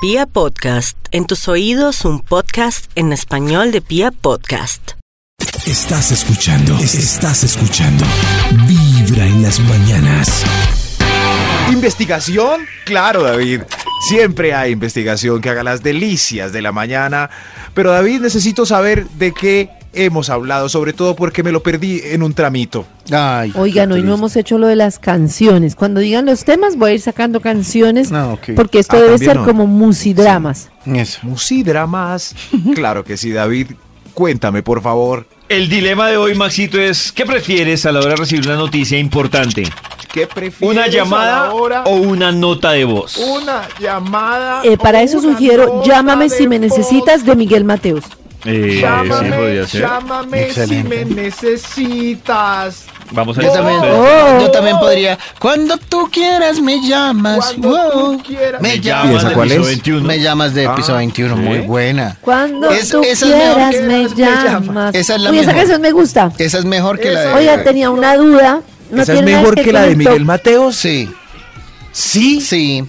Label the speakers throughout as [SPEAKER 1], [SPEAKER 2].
[SPEAKER 1] Pia Podcast, en tus oídos un podcast en español de Pia Podcast.
[SPEAKER 2] Estás escuchando, estás escuchando. Vibra en las mañanas.
[SPEAKER 3] ¿Investigación? Claro, David. Siempre hay investigación que haga las delicias de la mañana. Pero David, necesito saber de qué hemos hablado, sobre todo porque me lo perdí en un tramito.
[SPEAKER 4] Ay,
[SPEAKER 5] Oigan,
[SPEAKER 4] qué
[SPEAKER 5] hoy no
[SPEAKER 4] triste.
[SPEAKER 5] hemos hecho lo de las canciones. Cuando digan los temas, voy a ir sacando canciones.
[SPEAKER 4] Ah, ok.
[SPEAKER 5] Porque esto
[SPEAKER 3] Ah,
[SPEAKER 5] debe
[SPEAKER 3] también
[SPEAKER 5] ser
[SPEAKER 3] no.
[SPEAKER 5] como musidramas.
[SPEAKER 4] Eso.
[SPEAKER 3] Musidramas. Claro que sí, David. Cuéntame, por favor.
[SPEAKER 6] El dilema de hoy, Maxito, es ¿qué prefieres a la hora de recibir una noticia importante?
[SPEAKER 3] ¿Qué prefieres?
[SPEAKER 6] ¿Una
[SPEAKER 3] a
[SPEAKER 6] llamada
[SPEAKER 3] la hora?
[SPEAKER 6] o una nota de voz?
[SPEAKER 3] una llamada.
[SPEAKER 5] Eh, para
[SPEAKER 3] o
[SPEAKER 5] eso
[SPEAKER 3] Ah, una
[SPEAKER 5] sugiero
[SPEAKER 3] nota
[SPEAKER 5] Llámame
[SPEAKER 3] de
[SPEAKER 5] si me
[SPEAKER 3] voz?
[SPEAKER 5] necesitas de Miguel Mateos.
[SPEAKER 6] Eh, sí, podría ser.
[SPEAKER 3] llámame
[SPEAKER 4] Excelente.
[SPEAKER 3] necesitas.
[SPEAKER 6] Vamos a
[SPEAKER 4] Yo también,
[SPEAKER 5] Oh.
[SPEAKER 4] yo también podría. Cuando tú quieras, me llamas.
[SPEAKER 3] Cuando tú
[SPEAKER 4] wow.
[SPEAKER 3] quieras.
[SPEAKER 4] Me
[SPEAKER 3] ¿Y
[SPEAKER 6] llamas
[SPEAKER 3] ¿Y
[SPEAKER 4] llamas.
[SPEAKER 3] esa
[SPEAKER 6] del
[SPEAKER 3] cuál
[SPEAKER 6] piso
[SPEAKER 3] es?
[SPEAKER 6] 21.
[SPEAKER 4] Me llamas
[SPEAKER 3] Ah,
[SPEAKER 4] de piso 21. Muy buena.
[SPEAKER 5] Cuando
[SPEAKER 4] Es-
[SPEAKER 5] tú
[SPEAKER 4] esa es la-
[SPEAKER 5] quieras, me
[SPEAKER 3] quieras, me llamas.
[SPEAKER 5] llamas.
[SPEAKER 4] Esa es la
[SPEAKER 5] Uy, esa
[SPEAKER 4] mejor.
[SPEAKER 5] canción me gusta.
[SPEAKER 4] Esa es mejor que la de.
[SPEAKER 5] Oiga, tenía una duda. No
[SPEAKER 3] Esa es
[SPEAKER 5] tiene nada
[SPEAKER 3] mejor que la
[SPEAKER 5] con
[SPEAKER 3] de
[SPEAKER 5] el
[SPEAKER 3] Miguel
[SPEAKER 5] top.
[SPEAKER 3] Mateos.
[SPEAKER 4] Sí,
[SPEAKER 3] Sí,
[SPEAKER 4] sí.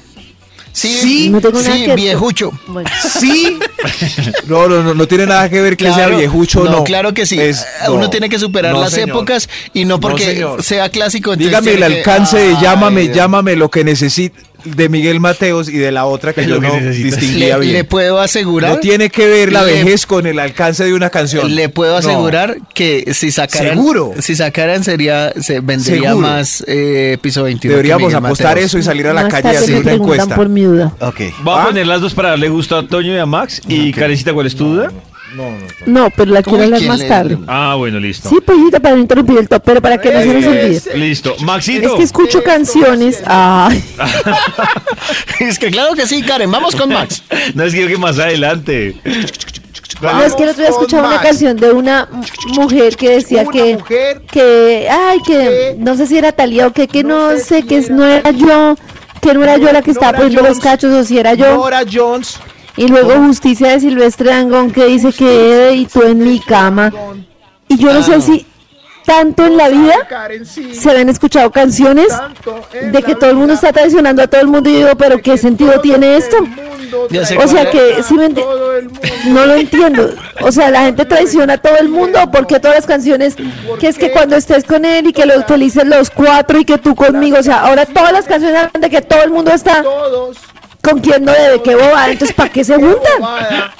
[SPEAKER 4] Sí,
[SPEAKER 3] Sí.
[SPEAKER 5] No tengo nada
[SPEAKER 4] sí,
[SPEAKER 5] que-
[SPEAKER 4] viejucho.
[SPEAKER 5] Bueno,
[SPEAKER 3] sí. No, no, no, no tiene nada que ver que sea viejucho o no.
[SPEAKER 4] claro que sí. Eh, Ah,
[SPEAKER 3] Es-
[SPEAKER 4] Uno
[SPEAKER 3] no.
[SPEAKER 4] tiene que superar
[SPEAKER 3] No,
[SPEAKER 4] las
[SPEAKER 3] señor.
[SPEAKER 4] épocas y no porque
[SPEAKER 3] señor.
[SPEAKER 4] sea clásico. entonces
[SPEAKER 3] Dígame el
[SPEAKER 4] tiene que-
[SPEAKER 3] alcance de
[SPEAKER 4] Ay,
[SPEAKER 3] llámame,
[SPEAKER 4] Dios.
[SPEAKER 3] llámame lo que necesite de Miguel Mateos y de la otra que
[SPEAKER 6] Es
[SPEAKER 3] yo
[SPEAKER 6] lo que
[SPEAKER 3] no
[SPEAKER 6] necesitas.
[SPEAKER 3] distinguía
[SPEAKER 4] Le,
[SPEAKER 3] bien.
[SPEAKER 4] le puedo asegurar.
[SPEAKER 3] no tiene que ver la
[SPEAKER 4] le-
[SPEAKER 3] vejez con el alcance de una canción.
[SPEAKER 4] Le puedo
[SPEAKER 3] No.
[SPEAKER 4] asegurar que si sacaran.
[SPEAKER 3] ¿Seguro?
[SPEAKER 4] Si sacaran, sería, se vendería
[SPEAKER 3] Seguro.
[SPEAKER 4] más eh, piso 21.
[SPEAKER 3] Deberíamos apostar eso y salir a la
[SPEAKER 5] más
[SPEAKER 3] calle a
[SPEAKER 5] tarde
[SPEAKER 3] hacer
[SPEAKER 5] me
[SPEAKER 3] una
[SPEAKER 5] preguntan
[SPEAKER 3] encuesta.
[SPEAKER 5] por mi duda.
[SPEAKER 4] Ok.
[SPEAKER 6] Voy a poner las dos para darle gusto a Toño y a Max. Y Carecita, ¿cuál es tu duda?
[SPEAKER 5] No, pero la quiero
[SPEAKER 4] Uy,
[SPEAKER 5] hablar
[SPEAKER 4] ¿quién
[SPEAKER 5] más
[SPEAKER 4] le-
[SPEAKER 5] tarde.
[SPEAKER 6] Ah, bueno, listo.
[SPEAKER 5] Sí, pollita, para no interrumpir el top, pero para que no se
[SPEAKER 3] Eh,
[SPEAKER 5] nos olvide.
[SPEAKER 6] Listo.
[SPEAKER 5] Es
[SPEAKER 6] Maxito,
[SPEAKER 5] que escucho canciones.
[SPEAKER 3] eh,
[SPEAKER 5] Ay.
[SPEAKER 4] Es que claro que sí, Karen. Vamos con Max.
[SPEAKER 6] no es que yo que más adelante.
[SPEAKER 5] No, es que el otro día escuchaba una canción de una m- mujer que decía
[SPEAKER 3] Una
[SPEAKER 5] que,
[SPEAKER 3] mujer
[SPEAKER 5] que, ay, que no sé si era Talía o que, que no, sé, que no era yo, que no era yo la que estaba
[SPEAKER 3] era
[SPEAKER 5] poniendo
[SPEAKER 3] yo.
[SPEAKER 5] los cachos o si era yo.
[SPEAKER 3] Nora Jones.
[SPEAKER 5] y luego Justicia de Silvestre Angón que dice que y tú en mi cama. Y yo no sé si tanto en la vida
[SPEAKER 3] Karen, sí,
[SPEAKER 5] se habían escuchado canciones
[SPEAKER 3] tanto en
[SPEAKER 5] de
[SPEAKER 3] la
[SPEAKER 5] que todo el mundo
[SPEAKER 3] vida,
[SPEAKER 5] está traicionando a todo el mundo y yo digo, pero ¿qué sentido tiene esto?
[SPEAKER 3] todo el mundo
[SPEAKER 4] Ya sé
[SPEAKER 3] traiciona
[SPEAKER 5] O sea
[SPEAKER 4] cuál-
[SPEAKER 5] que si me enti-
[SPEAKER 3] todo el mundo.
[SPEAKER 5] no lo entiendo. O sea, la gente traiciona a todo el mundo porque todas las canciones que es que cuando estés con él y que los felices los cuatro y que tú conmigo, o sea, ahora todas las canciones hablan de que todo el mundo está
[SPEAKER 3] Todos.
[SPEAKER 5] con quien no debe, qué bobada, entonces ¿para qué se juntan?
[SPEAKER 3] bobada.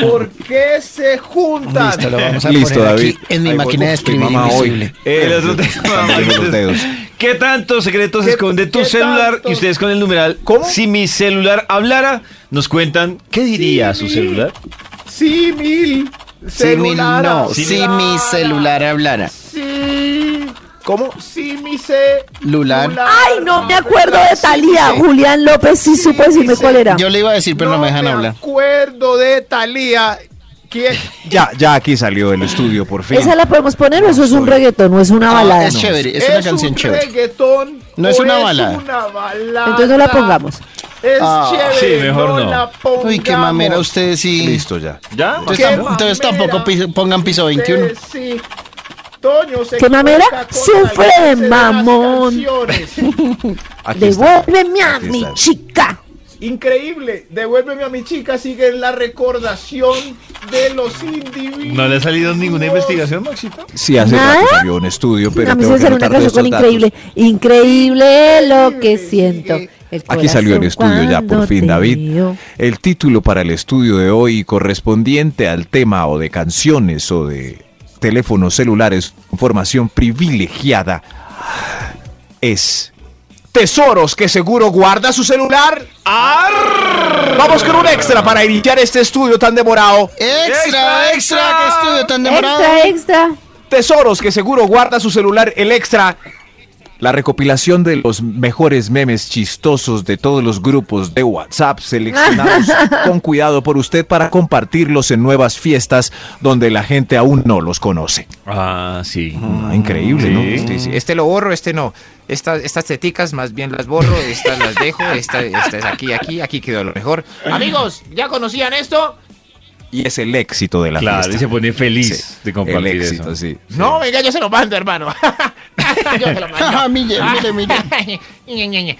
[SPEAKER 3] ¿Por qué se juntan?
[SPEAKER 4] Listo, lo vamos a
[SPEAKER 3] Listo,
[SPEAKER 4] poner
[SPEAKER 3] David.
[SPEAKER 4] aquí en mi
[SPEAKER 3] Ahí voy
[SPEAKER 4] máquina de
[SPEAKER 3] con tu
[SPEAKER 4] escribir
[SPEAKER 3] mamá hoy.
[SPEAKER 4] invisible.
[SPEAKER 6] Eh, El otro
[SPEAKER 3] Los
[SPEAKER 6] tema, Maxito,
[SPEAKER 3] dedos.
[SPEAKER 6] es, ¿Qué tantos secretos
[SPEAKER 3] ¿Qué-
[SPEAKER 6] esconde tu
[SPEAKER 3] qué
[SPEAKER 6] celular?
[SPEAKER 3] tantos?
[SPEAKER 6] Y ustedes con el numeral.
[SPEAKER 3] ¿Cómo?
[SPEAKER 6] Si mi celular hablara, nos cuentan qué diría su celular.
[SPEAKER 3] Sí, mil.
[SPEAKER 4] Si mi, no,
[SPEAKER 3] Sí,
[SPEAKER 4] si mi celular hablara.
[SPEAKER 3] Sí. ¿Cómo? Sí, mi celular.
[SPEAKER 4] Lular.
[SPEAKER 5] Ay, no me acuerdo de Talía,
[SPEAKER 3] Sí,
[SPEAKER 5] Julián López sí supo decirme cuál era.
[SPEAKER 4] Yo le iba a decir, pero no, me dejan hablar.
[SPEAKER 3] acuerdo de Talía. Ya, ya aquí salió del estudio, por fin.
[SPEAKER 5] ¿Esa la podemos poner o eso es un reggaetón o es una
[SPEAKER 4] Ah,
[SPEAKER 5] balada?
[SPEAKER 4] es chévere, es, una canción chévere.
[SPEAKER 3] reggaetón.
[SPEAKER 4] No es o una es balada.
[SPEAKER 5] Entonces no la pongamos.
[SPEAKER 3] Es
[SPEAKER 4] Ah,
[SPEAKER 6] chévere, sí, mejor no no. la
[SPEAKER 4] Uy, qué mamera ustedes sí.
[SPEAKER 3] Listo ya.
[SPEAKER 6] ¿Ya?
[SPEAKER 4] Entonces,
[SPEAKER 3] Qué
[SPEAKER 4] tam- entonces
[SPEAKER 3] mamera.
[SPEAKER 4] tampoco piso- pongan piso 21.
[SPEAKER 3] Sí. Toño se
[SPEAKER 5] ¿Qué mamera?
[SPEAKER 3] equivoca con
[SPEAKER 5] Sufre
[SPEAKER 3] la
[SPEAKER 5] de
[SPEAKER 3] clase las
[SPEAKER 5] mamón.
[SPEAKER 3] canciones.
[SPEAKER 5] Devuélveme a
[SPEAKER 3] Aquí
[SPEAKER 5] mi
[SPEAKER 3] está.
[SPEAKER 5] chica.
[SPEAKER 3] Increíble. Devuélveme a mi chica. Sigue la recordación de los individuos.
[SPEAKER 6] ¿No le ha salido ninguna investigación, Maxito?
[SPEAKER 3] Sí, hace
[SPEAKER 5] ¿Nada?
[SPEAKER 3] rato salió un estudio, pero
[SPEAKER 5] a mí se
[SPEAKER 3] tengo
[SPEAKER 5] me
[SPEAKER 3] que
[SPEAKER 5] sale una
[SPEAKER 3] anotar
[SPEAKER 5] canción
[SPEAKER 3] todos
[SPEAKER 5] con
[SPEAKER 3] estos
[SPEAKER 5] increíble.
[SPEAKER 3] datos.
[SPEAKER 5] Increíble lo que siento. El
[SPEAKER 3] Aquí salió el
[SPEAKER 5] corazón
[SPEAKER 3] estudio ya por
[SPEAKER 5] cuando
[SPEAKER 3] fin,
[SPEAKER 5] te
[SPEAKER 3] David.
[SPEAKER 5] veo.
[SPEAKER 3] El título para el estudio de hoy correspondiente al tema o de canciones o de teléfonos celulares, información privilegiada, es Tesoros que seguro guarda su celular. ¡Arr! Vamos con un extra para iniciar este estudio tan demorado.
[SPEAKER 4] Extra, extra, que estudio tan demorado.
[SPEAKER 5] Extra, extra.
[SPEAKER 3] Tesoros que seguro guarda su celular, el extra. La recopilación de los mejores memes chistosos de todos los grupos de WhatsApp seleccionados con cuidado por usted para compartirlos en nuevas fiestas donde la gente aún no los conoce.
[SPEAKER 6] Ah, sí.
[SPEAKER 3] Ah, increíble, ¿no?
[SPEAKER 7] Sí, sí, Este lo borro, este no. Estas estas teticas más bien las borro, estas las dejo, esta, esta es aquí, aquí, aquí quedó lo mejor. Amigos, ¿ya conocían esto?
[SPEAKER 3] y es el éxito de la
[SPEAKER 6] Claro,
[SPEAKER 3] fiesta.
[SPEAKER 6] y se pone feliz de compartir
[SPEAKER 3] el éxito,
[SPEAKER 6] eso.
[SPEAKER 3] sí.
[SPEAKER 7] No, venga, yo se lo mando, hermano. yo se lo
[SPEAKER 4] Ajá,
[SPEAKER 7] mando.
[SPEAKER 4] mire,
[SPEAKER 3] Ah,
[SPEAKER 4] mire, mire.
[SPEAKER 7] Ñe, Ñe, Ñe.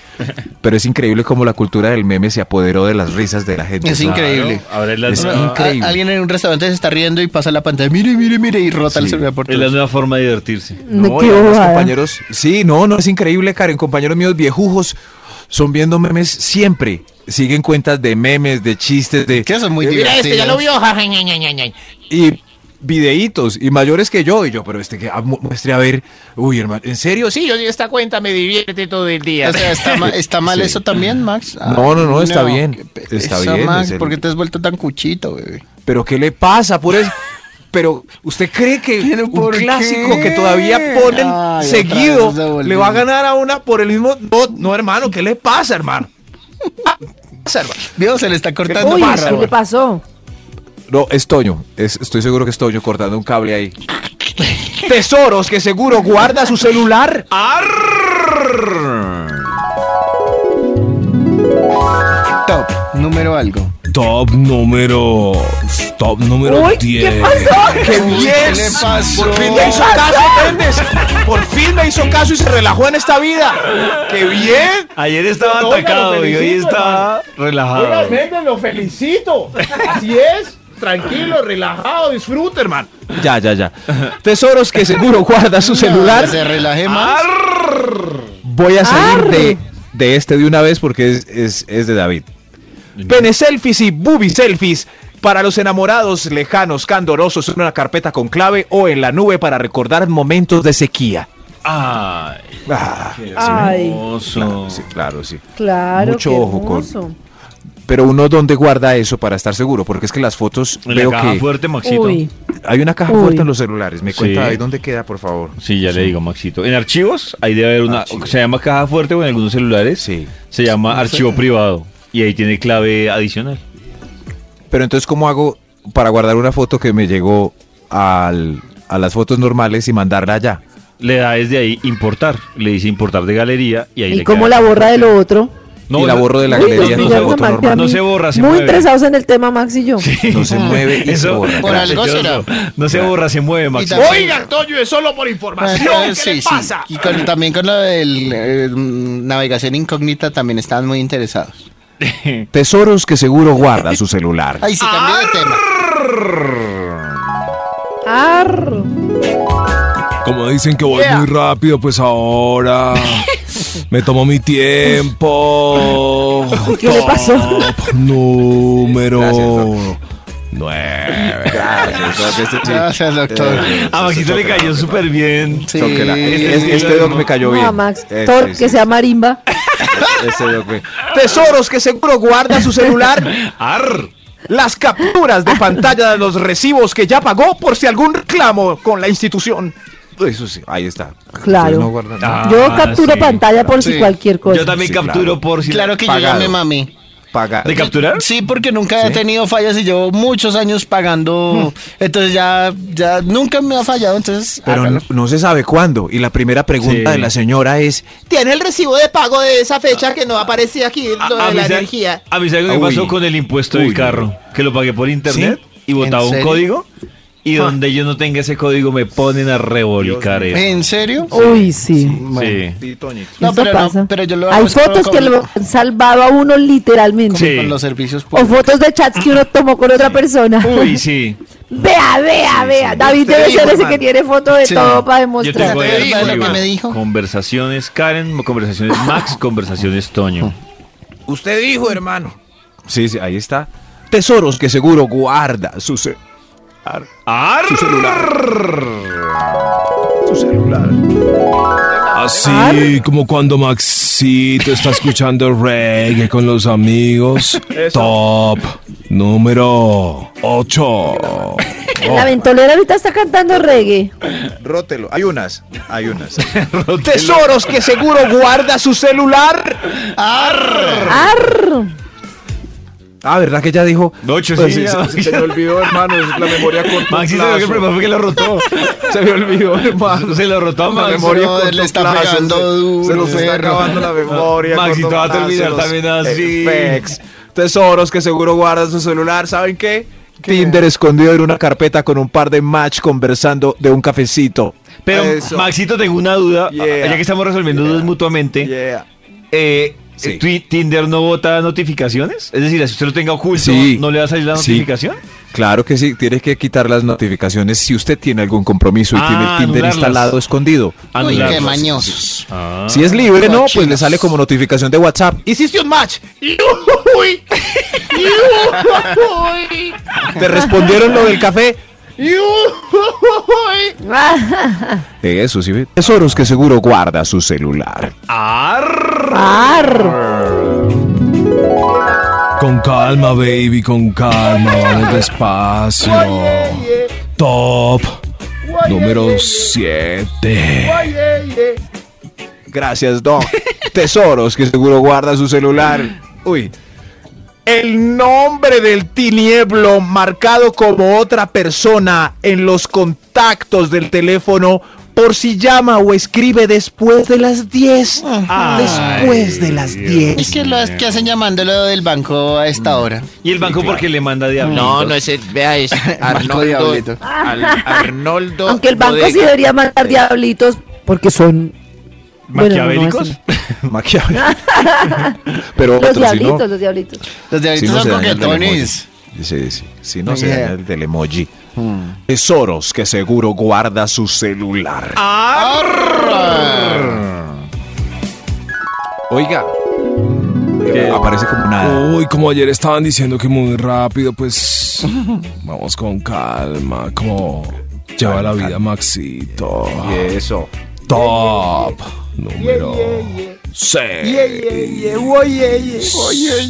[SPEAKER 3] Pero es increíble cómo la cultura del meme se apoderó de las risas de la gente.
[SPEAKER 4] Es increíble.
[SPEAKER 6] Ahora es la,
[SPEAKER 3] Es
[SPEAKER 6] nueva,
[SPEAKER 3] increíble.
[SPEAKER 4] A- alguien en un restaurante se está riendo y pasa la pantalla. Mire, mire, mire. Y rota el
[SPEAKER 3] Sí.
[SPEAKER 4] celular por
[SPEAKER 6] es la
[SPEAKER 4] todos.
[SPEAKER 6] nueva forma de divertirse.
[SPEAKER 3] No, y
[SPEAKER 5] qué
[SPEAKER 3] además,
[SPEAKER 5] bobada.
[SPEAKER 3] compañeros, sí, no, no, es increíble, Karen. Compañeros míos viejujos son viendo memes siempre. Siguen cuentas de memes, de chistes, de...
[SPEAKER 4] Que son muy
[SPEAKER 3] eh,
[SPEAKER 7] Mira este, ya lo
[SPEAKER 4] divertidos.
[SPEAKER 7] vio. ja, ja, Ñe, Ñe, Ñe, Ñe.
[SPEAKER 3] Y videítos, y mayores que yo. Y yo, pero este que ah, mu- muestre a ver... Uy, hermano, ¿en serio? Sí.
[SPEAKER 7] Sí, yo digo, esta cuenta me divierte todo el día.
[SPEAKER 4] O sea, ¿está, ma- está mal
[SPEAKER 3] Sí.
[SPEAKER 4] eso también, Max? Ah,
[SPEAKER 3] No, no, no, está bien.
[SPEAKER 4] qué pereza,
[SPEAKER 3] Está bien,
[SPEAKER 4] Max,
[SPEAKER 3] es el-
[SPEAKER 4] ¿por qué te has vuelto tan cuchito, bebé?
[SPEAKER 3] Pero ¿qué le pasa? Por eso... Pero usted cree que
[SPEAKER 4] ¿Pero
[SPEAKER 3] un
[SPEAKER 4] por qué?
[SPEAKER 3] clásico que todavía ponen
[SPEAKER 4] Ay, otra
[SPEAKER 3] seguido
[SPEAKER 4] vez se volvió.
[SPEAKER 3] le va a ganar a una por el mismo... No, no, hermano, ¿qué le pasa, hermano? ¿Qué pasa, hermano?
[SPEAKER 4] Dios, se le está cortando
[SPEAKER 5] Uy,
[SPEAKER 4] barra,
[SPEAKER 5] ¿qué le
[SPEAKER 4] güey.
[SPEAKER 5] pasó?
[SPEAKER 3] No, es Toño. Es- estoy seguro que es Toño cortando un cable ahí. Tesoros que seguro guarda su celular.
[SPEAKER 4] Ah, Top, número algo.
[SPEAKER 2] Top número. Top número
[SPEAKER 5] Uy,
[SPEAKER 2] 10.
[SPEAKER 5] ¿qué pasó?
[SPEAKER 3] ¡Qué
[SPEAKER 4] Uy,
[SPEAKER 3] bien!
[SPEAKER 4] ¿qué le pasó?
[SPEAKER 3] Por fin me hizo caso, Méndez. Por fin me hizo caso y se relajó en esta vida. ¡Qué bien!
[SPEAKER 6] Ayer estaba
[SPEAKER 8] No, no,
[SPEAKER 6] atacado
[SPEAKER 8] lo
[SPEAKER 6] y hoy
[SPEAKER 8] felicito,
[SPEAKER 6] está relajado.
[SPEAKER 8] Oiga, Méndez, lo felicito. Así es. Tranquilo, relajado, disfruta, hermano.
[SPEAKER 3] Ya, ya, ya. Tesoros que seguro guarda su celular.
[SPEAKER 4] Se relaje más.
[SPEAKER 3] Voy a salir
[SPEAKER 5] Arr.
[SPEAKER 3] de, de este de una vez porque es, es- es de David. Pene selfies y booby selfies para los enamorados lejanos, candorosos en una carpeta con clave o en la nube para recordar momentos de sequía.
[SPEAKER 6] Ay, qué
[SPEAKER 5] Ay.
[SPEAKER 6] hermoso.
[SPEAKER 3] Claro, sí, claro, sí.
[SPEAKER 5] Claro,
[SPEAKER 3] Mucho
[SPEAKER 5] qué
[SPEAKER 3] ojo con-
[SPEAKER 5] hermoso.
[SPEAKER 3] Pero uno dónde guarda eso para estar seguro, porque es que las fotos
[SPEAKER 6] En
[SPEAKER 3] veo
[SPEAKER 6] la caja
[SPEAKER 3] que
[SPEAKER 6] fuerte, Maxito.
[SPEAKER 5] Uy,
[SPEAKER 3] hay una caja
[SPEAKER 5] Uy.
[SPEAKER 3] fuerte en los celulares. Me
[SPEAKER 6] Sí.
[SPEAKER 3] cuenta ahí dónde queda, por favor.
[SPEAKER 6] Sí, ya le digo, Maxito. En archivos, ahí debe haber una.
[SPEAKER 3] Archivos.
[SPEAKER 6] Se llama caja fuerte o en algunos celulares.
[SPEAKER 3] Sí.
[SPEAKER 6] Se llama archivo privado. Y ahí tiene clave adicional.
[SPEAKER 3] Pero entonces cómo hago para guardar una foto que me llegó al- a las fotos normales y mandarla allá.
[SPEAKER 6] Le da desde ahí importar. Le dice importar de galería y ahí
[SPEAKER 5] ¿y
[SPEAKER 6] le
[SPEAKER 5] cómo
[SPEAKER 6] queda.
[SPEAKER 5] la borra de lo otro?
[SPEAKER 3] y la
[SPEAKER 6] no,
[SPEAKER 3] borro de la
[SPEAKER 5] Uy,
[SPEAKER 3] galería
[SPEAKER 5] no,
[SPEAKER 3] con
[SPEAKER 5] ya
[SPEAKER 3] la
[SPEAKER 5] me
[SPEAKER 3] foto
[SPEAKER 5] marqué a
[SPEAKER 3] normal.
[SPEAKER 6] No
[SPEAKER 5] mí.
[SPEAKER 6] se borra, se
[SPEAKER 5] Muy
[SPEAKER 6] mueve.
[SPEAKER 5] interesados en el tema, Max y yo.
[SPEAKER 3] No se mueve y se
[SPEAKER 6] Eso,
[SPEAKER 3] borra.
[SPEAKER 6] por
[SPEAKER 3] Gracias.
[SPEAKER 6] algo será. No se borra, se mueve,
[SPEAKER 4] Y
[SPEAKER 6] Maxito.
[SPEAKER 4] también-
[SPEAKER 8] Oiga, Toño, es solo por información. ¿Qué
[SPEAKER 4] Eh, Ah, Sí,
[SPEAKER 8] le
[SPEAKER 4] sí.
[SPEAKER 8] pasa?
[SPEAKER 4] Y con- también con la del, eh, mm, navegación incógnita también estaban muy interesados.
[SPEAKER 3] Tesoros que seguro guarda su celular.
[SPEAKER 4] Ay, sí, cambió de tema.
[SPEAKER 5] Ar,
[SPEAKER 2] Como dicen que voy muy rápido, pues ahora me tomo mi tiempo.
[SPEAKER 5] ¿Qué le pasó?
[SPEAKER 2] Top número
[SPEAKER 3] Gracias,
[SPEAKER 2] 9.
[SPEAKER 3] Gracias, doctor, este sí.
[SPEAKER 4] Gracias, doctor.
[SPEAKER 3] Eh,
[SPEAKER 6] A Ah, Maxito le cayó súper bien.
[SPEAKER 4] Sí.
[SPEAKER 3] Doc, que la-
[SPEAKER 4] Sí.
[SPEAKER 3] este, este doc me cayó bien.
[SPEAKER 5] no, Max,
[SPEAKER 3] Este,
[SPEAKER 5] Thor,
[SPEAKER 3] sí,
[SPEAKER 5] que sea marimba.
[SPEAKER 3] este doc me- Tesoros que seguro guarda su celular.
[SPEAKER 6] Ar.
[SPEAKER 3] Las capturas de pantalla de los recibos que ya pagó por si algún reclamo con la institución. Eso sí, ahí está.
[SPEAKER 5] Claro.
[SPEAKER 3] Ustedes no guardan nada.
[SPEAKER 6] Ah,
[SPEAKER 5] yo capturo
[SPEAKER 6] sí,
[SPEAKER 5] pantalla por si
[SPEAKER 4] sí.
[SPEAKER 5] cualquier cosa.
[SPEAKER 6] Yo también
[SPEAKER 3] Sí,
[SPEAKER 6] capturo
[SPEAKER 3] claro.
[SPEAKER 6] por si.
[SPEAKER 4] Claro que
[SPEAKER 3] Pagado.
[SPEAKER 4] yo ya me mami.
[SPEAKER 3] Pagar.
[SPEAKER 6] ¿De capturar?
[SPEAKER 4] Sí, porque nunca he tenido fallas y llevo muchos años pagando. Entonces ya, ya nunca me ha fallado. Entonces,
[SPEAKER 3] Pero
[SPEAKER 4] hágalo.
[SPEAKER 3] no, no se sabe cuándo. Y la primera pregunta
[SPEAKER 6] Sí.
[SPEAKER 3] de la señora es:
[SPEAKER 9] Tiene el recibo de pago de esa fecha que no aparece aquí,
[SPEAKER 6] A-
[SPEAKER 9] lo
[SPEAKER 6] a
[SPEAKER 9] de
[SPEAKER 6] mí
[SPEAKER 9] la
[SPEAKER 6] sabe-
[SPEAKER 9] energía.
[SPEAKER 6] A mí sabe lo que
[SPEAKER 3] Uy.
[SPEAKER 6] pasó con el impuesto
[SPEAKER 3] Uy.
[SPEAKER 6] del carro, que lo pagué por internet
[SPEAKER 3] ¿Sí?
[SPEAKER 6] y botaba
[SPEAKER 4] ¿En
[SPEAKER 6] un
[SPEAKER 4] serio?
[SPEAKER 6] código y donde yo no tenga ese código me ponen a revolcar eso.
[SPEAKER 4] ¿En serio?
[SPEAKER 5] Uy, sí.
[SPEAKER 6] Sí.
[SPEAKER 4] No,
[SPEAKER 5] Eso
[SPEAKER 4] pero no,
[SPEAKER 5] pasa.
[SPEAKER 4] pero yo lo hago
[SPEAKER 5] Hay
[SPEAKER 4] es como-
[SPEAKER 5] fotos que
[SPEAKER 4] como-
[SPEAKER 5] lo han salvado a uno literalmente.
[SPEAKER 6] Sí.
[SPEAKER 4] Con los servicios
[SPEAKER 5] O
[SPEAKER 4] públicos.
[SPEAKER 5] fotos de chats que uno tomó con otra persona.
[SPEAKER 6] Uy, sí.
[SPEAKER 5] Vea, vea, vea. David debe ser ese que tiene fotos de
[SPEAKER 4] Este Sí.
[SPEAKER 5] todo para
[SPEAKER 6] Yo
[SPEAKER 5] demostrar.
[SPEAKER 6] tengo
[SPEAKER 4] ¿Te
[SPEAKER 6] ahí
[SPEAKER 4] digo
[SPEAKER 6] el
[SPEAKER 4] lo que
[SPEAKER 6] código.
[SPEAKER 4] me dijo?
[SPEAKER 6] Conversaciones Karen, conversaciones Max, conversaciones Toño.
[SPEAKER 3] Usted dijo, hermano. Sí, sí, ahí está. Tesoros que seguro guarda su ce-
[SPEAKER 6] ¡Ar!
[SPEAKER 2] Así como cuando Maxito está escuchando reggae con los amigos. Top número 8.
[SPEAKER 4] Oh.
[SPEAKER 5] La ventolera ahorita está cantando reggae.
[SPEAKER 3] Rótelo. Hay unas. Hay unas. Tesoros que seguro guarda su celular.
[SPEAKER 5] Ar.
[SPEAKER 3] Ah, ¿verdad que ya dijo?
[SPEAKER 6] Ocho,
[SPEAKER 3] Pues
[SPEAKER 6] sí, ya.
[SPEAKER 3] se, se me olvidó, hermano. es La memoria corta.
[SPEAKER 6] Max sí sabe que el problema fue que lo rotó.
[SPEAKER 3] Se me olvidó, hermano.
[SPEAKER 6] Se lo rotó a
[SPEAKER 3] La
[SPEAKER 6] Max.
[SPEAKER 3] memoria
[SPEAKER 4] brother,
[SPEAKER 3] corto
[SPEAKER 4] le está
[SPEAKER 3] plazo,
[SPEAKER 4] pegando
[SPEAKER 3] se,
[SPEAKER 4] duro,
[SPEAKER 3] se nos está
[SPEAKER 4] perro.
[SPEAKER 3] acabando la memoria.
[SPEAKER 6] Maxito
[SPEAKER 3] corto
[SPEAKER 6] va a
[SPEAKER 3] plazo,
[SPEAKER 6] terminar
[SPEAKER 3] los
[SPEAKER 6] también así.
[SPEAKER 3] effects. Tesoros que seguro guarda su celular, ¿saben qué? Tinder escondido en una carpeta con un par de match conversando de un cafecito.
[SPEAKER 6] Pero,
[SPEAKER 3] Eso.
[SPEAKER 6] Maxito, tengo una duda.
[SPEAKER 3] Yeah.
[SPEAKER 6] Ya que estamos resolviendo dudas mutuamente.
[SPEAKER 3] Yeah.
[SPEAKER 6] eh,
[SPEAKER 3] Sí.
[SPEAKER 6] ¿Twi- ¿Tinder no vota notificaciones? Es decir, si usted lo tenga oculto,
[SPEAKER 3] Sí.
[SPEAKER 6] ¿no le va a salir la
[SPEAKER 3] Sí.
[SPEAKER 6] notificación?
[SPEAKER 3] Claro que sí, tiene que quitar las notificaciones si usted tiene algún compromiso y
[SPEAKER 6] Ah,
[SPEAKER 3] tiene el Tinder
[SPEAKER 6] anularlas.
[SPEAKER 3] instalado escondido.
[SPEAKER 4] Uy, qué
[SPEAKER 6] Anularlas.
[SPEAKER 4] mañosos.
[SPEAKER 10] Ah.
[SPEAKER 3] si es libre, no, pues
[SPEAKER 4] cochinos.
[SPEAKER 3] le sale como notificación de WhatsApp.
[SPEAKER 4] Hiciste un match.
[SPEAKER 10] ¡Uy! ¡Uy!
[SPEAKER 3] ¿Te respondieron lo del café?
[SPEAKER 10] ¡Uy!
[SPEAKER 5] Ah.
[SPEAKER 3] Eso sí, ve. tesoros que seguro guarda su celular.
[SPEAKER 5] Ar.
[SPEAKER 2] Con calma, baby, con calma, vamos despacio. Top número 7.
[SPEAKER 3] Gracias, Doc. Tesoros que seguro guarda su celular. Uy. El nombre del tinieblo marcado como otra persona en los contactos del teléfono por si llama o escribe después de las 10. después de las 10.
[SPEAKER 4] Es que lo es que hacen llamándolo del banco a esta hora.
[SPEAKER 6] ¿Y el banco porque le manda diablo?
[SPEAKER 7] No, no es el, vea, es Arnoldo.
[SPEAKER 4] Diablito.
[SPEAKER 7] Al- Arnoldo.
[SPEAKER 5] Aunque el banco sí
[SPEAKER 7] Bodega.
[SPEAKER 5] debería mandar diablitos porque son. bueno, no, no,
[SPEAKER 6] ¿Maquiavélicos?
[SPEAKER 5] eso
[SPEAKER 3] Maquiavel. Pero
[SPEAKER 5] no. Los
[SPEAKER 3] otro, si no,
[SPEAKER 5] diablitos, los diablitos.
[SPEAKER 4] Los de
[SPEAKER 3] si
[SPEAKER 4] ahorita
[SPEAKER 3] no
[SPEAKER 4] son
[SPEAKER 3] se daña el
[SPEAKER 4] coquetones.
[SPEAKER 3] telemoji. Sí, sí. Si no se
[SPEAKER 4] Yeah.
[SPEAKER 3] daña el telemoji.
[SPEAKER 4] Hmm.
[SPEAKER 3] Tesoros que seguro guarda su celular. Oiga. Aparece como
[SPEAKER 4] Uh,
[SPEAKER 3] nada.
[SPEAKER 2] Uy, como ayer estaban diciendo que muy rápido, pues vamos con calma, como lleva la vida Maxito.
[SPEAKER 3] eso.
[SPEAKER 2] Top número 6.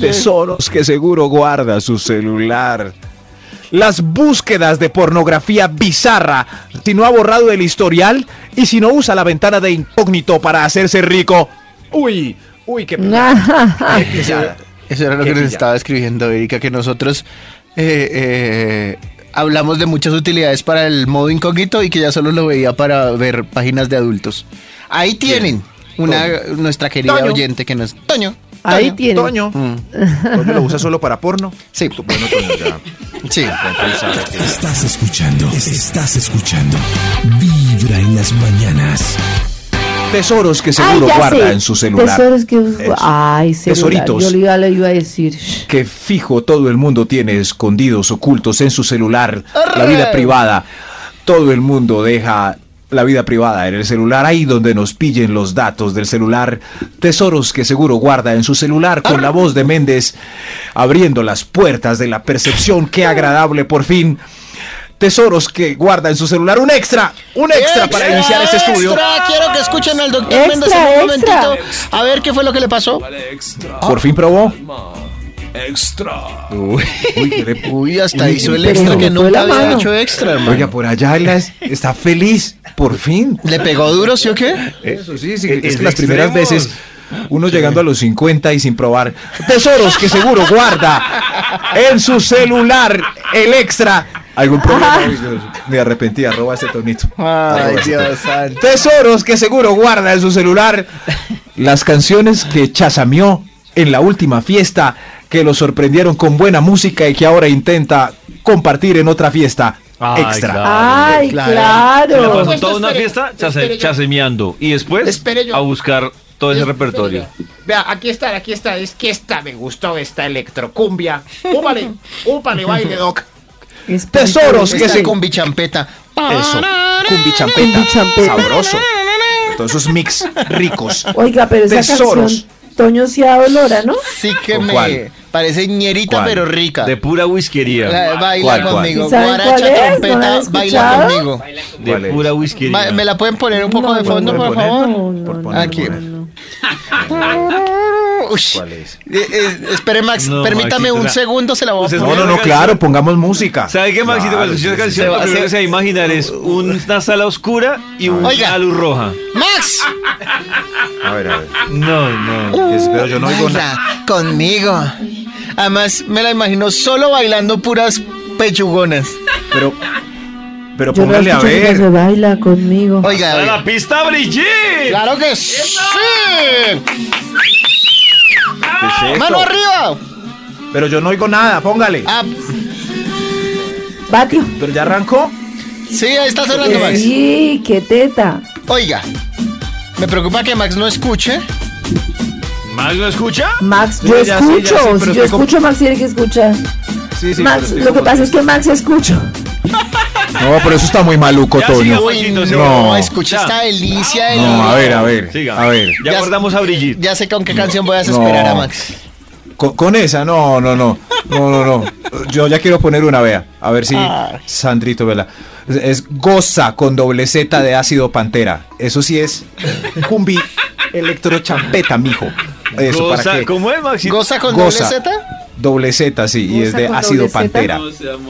[SPEAKER 3] Tesoros que seguro guarda su celular. Las búsquedas de pornografía bizarra. Si no ha borrado el historial y si no usa la ventana de incógnito para hacerse rico. Uy, uy, qué
[SPEAKER 5] Ah,
[SPEAKER 3] pesada.
[SPEAKER 4] Eso era lo
[SPEAKER 3] Qué
[SPEAKER 4] que nos
[SPEAKER 3] pilla.
[SPEAKER 4] estaba escribiendo Erika, que nosotros eh, eh, hablamos de muchas utilidades para el modo incógnito y que ya solo lo veía para ver páginas de adultos. Ahí tienen una nuestra querida
[SPEAKER 3] Toño.
[SPEAKER 4] oyente que nos... Toño.
[SPEAKER 5] Ahí
[SPEAKER 4] Toño. Mm.
[SPEAKER 5] tienen.
[SPEAKER 3] Toño. Toño lo usa solo para porno.
[SPEAKER 4] Sí,
[SPEAKER 3] Bueno, Toño, ya.
[SPEAKER 4] sí.
[SPEAKER 8] Estás escuchando, estás escuchando. Vibra en las mañanas.
[SPEAKER 3] Tesoros que
[SPEAKER 5] Ay,
[SPEAKER 3] seguro
[SPEAKER 5] ya
[SPEAKER 3] guarda
[SPEAKER 5] sé.
[SPEAKER 3] en su celular.
[SPEAKER 5] Tesoros que
[SPEAKER 3] Eso.
[SPEAKER 5] Ay, celular.
[SPEAKER 3] Tesoritos.
[SPEAKER 5] Yo le iba, le iba a decir.
[SPEAKER 3] Que fijo todo el mundo tiene escondidos, ocultos en su celular, la vida privada. Todo el mundo deja la vida privada en el celular, ahí donde nos pillen los datos del celular. Tesoros que seguro guarda en su celular con la voz de Méndez, abriendo las puertas de la percepción. Qué agradable por fin. Tesoros que guarda en su celular. Un extra, un extra, para iniciar este estudio.
[SPEAKER 4] Extra, quiero que escuchen al doctor
[SPEAKER 5] Extra,
[SPEAKER 4] Méndez en un
[SPEAKER 5] extra.
[SPEAKER 4] momentito. A ver qué fue lo que le pasó.
[SPEAKER 2] Extra.
[SPEAKER 3] Por fin probó.
[SPEAKER 2] Extra.
[SPEAKER 3] Uy, qué le-
[SPEAKER 4] Uy, hasta hizo el
[SPEAKER 5] pero
[SPEAKER 4] extra
[SPEAKER 5] le
[SPEAKER 4] que
[SPEAKER 5] botó
[SPEAKER 4] nunca
[SPEAKER 5] la
[SPEAKER 4] había
[SPEAKER 5] mano.
[SPEAKER 4] hecho extra, hermano.
[SPEAKER 3] Oiga, por allá él es- está feliz, por fin.
[SPEAKER 4] ¿Le pegó duro, sí o qué?
[SPEAKER 3] Eso sí, sí,
[SPEAKER 6] es
[SPEAKER 3] es,
[SPEAKER 6] de
[SPEAKER 3] que las primeras
[SPEAKER 6] extremos.
[SPEAKER 3] veces uno llegando a los 50 y sin probar tesoros que seguro guarda en su celular el extra. ¿Algún problema? Ay, Dios, Me arrepentí, arroba ese tonito.
[SPEAKER 4] Ay,
[SPEAKER 3] Arroba ese
[SPEAKER 4] Dios santo.
[SPEAKER 3] Tesoros que seguro guarda en su celular. Las canciones que chasameó en la última fiesta, que lo sorprendieron con buena música y que ahora intenta compartir en otra fiesta.
[SPEAKER 6] Ay,
[SPEAKER 3] extra.
[SPEAKER 6] claro.
[SPEAKER 5] Ay,
[SPEAKER 4] claro.
[SPEAKER 6] Se la pasó
[SPEAKER 5] claro.
[SPEAKER 6] toda una fiesta chase- chasemeando. Y después
[SPEAKER 8] Espere yo.
[SPEAKER 6] a buscar todo ese repertorio.
[SPEAKER 8] Vea, aquí está, aquí está. Es que esta me gustó, esta electrocumbia. Úpale, úpale, baile, doc.
[SPEAKER 3] Tesoros que
[SPEAKER 4] Esta
[SPEAKER 3] se
[SPEAKER 4] Este con bichampeta.
[SPEAKER 3] Eso, cumbichampeta,
[SPEAKER 5] Cumbichampeta.
[SPEAKER 3] sabroso. Todos esos mix ricos.
[SPEAKER 5] Oiga, pero esa
[SPEAKER 3] Tesoros.
[SPEAKER 5] canción, Toño sí adolora, ¿no?
[SPEAKER 4] Sí que
[SPEAKER 3] ¿Con
[SPEAKER 4] me
[SPEAKER 3] cuál?
[SPEAKER 4] parece ñerita
[SPEAKER 3] ¿Cuál?
[SPEAKER 4] pero rica.
[SPEAKER 6] De pura whiskería.
[SPEAKER 4] La- baila
[SPEAKER 3] ¿Cuál, cuál?
[SPEAKER 4] conmigo,
[SPEAKER 5] ¿Sí saben cuál es?
[SPEAKER 4] guaracha,
[SPEAKER 5] ¿No la
[SPEAKER 4] trompeta,
[SPEAKER 5] han
[SPEAKER 4] baila
[SPEAKER 5] escuchado?
[SPEAKER 4] conmigo.
[SPEAKER 3] ¿Cuál
[SPEAKER 6] De
[SPEAKER 3] es?
[SPEAKER 6] pura whiskería.
[SPEAKER 4] Ba- ¿Me la pueden poner un poco de fondo,
[SPEAKER 3] no,
[SPEAKER 4] por
[SPEAKER 3] no,
[SPEAKER 4] favor?
[SPEAKER 5] No, no,
[SPEAKER 3] Por
[SPEAKER 5] no,
[SPEAKER 3] poner,
[SPEAKER 4] Aquí.
[SPEAKER 3] poner.
[SPEAKER 5] no.
[SPEAKER 4] Uy.
[SPEAKER 3] ¿Cuál es?
[SPEAKER 4] Eh, eh, espere, Max,
[SPEAKER 6] No,
[SPEAKER 4] permítame
[SPEAKER 6] Maxito,
[SPEAKER 4] un
[SPEAKER 6] la-
[SPEAKER 4] segundo, se la voy a
[SPEAKER 6] Usted
[SPEAKER 4] poner.
[SPEAKER 3] No, no, no, claro, pongamos música.
[SPEAKER 6] ¿Sabe qué, Maxito?
[SPEAKER 3] Claro,
[SPEAKER 6] Cuando escucha esa
[SPEAKER 3] sí, sí,
[SPEAKER 6] canción, lo primero que se va a imaginar es una sala oscura y una
[SPEAKER 4] Oiga.
[SPEAKER 6] luz roja.
[SPEAKER 4] ¡Max!
[SPEAKER 3] sí. A ver, a ver.
[SPEAKER 6] No, no.
[SPEAKER 3] Es- pero yo no oigo
[SPEAKER 4] Baila
[SPEAKER 3] nada.
[SPEAKER 4] conmigo. Además, me la imagino solo bailando puras pechugonas.
[SPEAKER 3] Pero, pero
[SPEAKER 5] Yo no
[SPEAKER 3] póngale a
[SPEAKER 5] escucho que se
[SPEAKER 3] ver.
[SPEAKER 5] baila conmigo.
[SPEAKER 4] Oiga,
[SPEAKER 6] ¡A
[SPEAKER 4] oiga.
[SPEAKER 6] la pista, Brigitte!
[SPEAKER 4] ¡Claro que sí!
[SPEAKER 3] ¿Qué es esto?
[SPEAKER 4] ¡Mano arriba!
[SPEAKER 3] Pero yo no oigo nada, póngale.
[SPEAKER 4] Ah,
[SPEAKER 5] Patio.
[SPEAKER 4] ¿Pero ya arrancó? Sí, ahí está sonando Max.
[SPEAKER 5] Sí, qué teta.
[SPEAKER 4] Oiga, me preocupa que Max no escuche.
[SPEAKER 6] ¿Max no escucha?
[SPEAKER 5] Max,
[SPEAKER 4] Sí,
[SPEAKER 5] yo
[SPEAKER 4] ya, sí,
[SPEAKER 5] escucho.
[SPEAKER 4] ya, sí, pero
[SPEAKER 5] si yo
[SPEAKER 4] estoy como-
[SPEAKER 5] escucho, Max tiene que escuchar. Max, lo que pasa es que Max escucho.
[SPEAKER 3] No, pero eso está muy maluco,
[SPEAKER 6] Ya,
[SPEAKER 3] Toño.
[SPEAKER 6] siga, Maxito, siga.
[SPEAKER 3] no,
[SPEAKER 4] Escucha
[SPEAKER 6] Ya.
[SPEAKER 4] esta delicia del-
[SPEAKER 3] no, a ver, a ver.
[SPEAKER 6] Siga.
[SPEAKER 3] A ver.
[SPEAKER 6] Ya,
[SPEAKER 4] Ya-
[SPEAKER 6] guardamos a Brigitte.
[SPEAKER 4] Ya sé con qué canción voy a desesperar
[SPEAKER 3] No.
[SPEAKER 4] a Max.
[SPEAKER 3] Con, con esa, no, no, no. No, no, no. Yo ya quiero poner una, vea. A ver si Sandrito, vela. Es, es goza con doble Z de ácido pantera. Eso sí es cumbi electrochampeta, mijo. Eso
[SPEAKER 6] Goza-
[SPEAKER 3] para que.
[SPEAKER 6] ¿Cómo es, Maxito?
[SPEAKER 4] ¿Goza con
[SPEAKER 3] Goza.
[SPEAKER 4] doble Z?
[SPEAKER 3] Doble Z, sí, y
[SPEAKER 5] Goza
[SPEAKER 3] es de
[SPEAKER 5] con doble
[SPEAKER 3] ácido
[SPEAKER 5] Z.
[SPEAKER 3] pantera.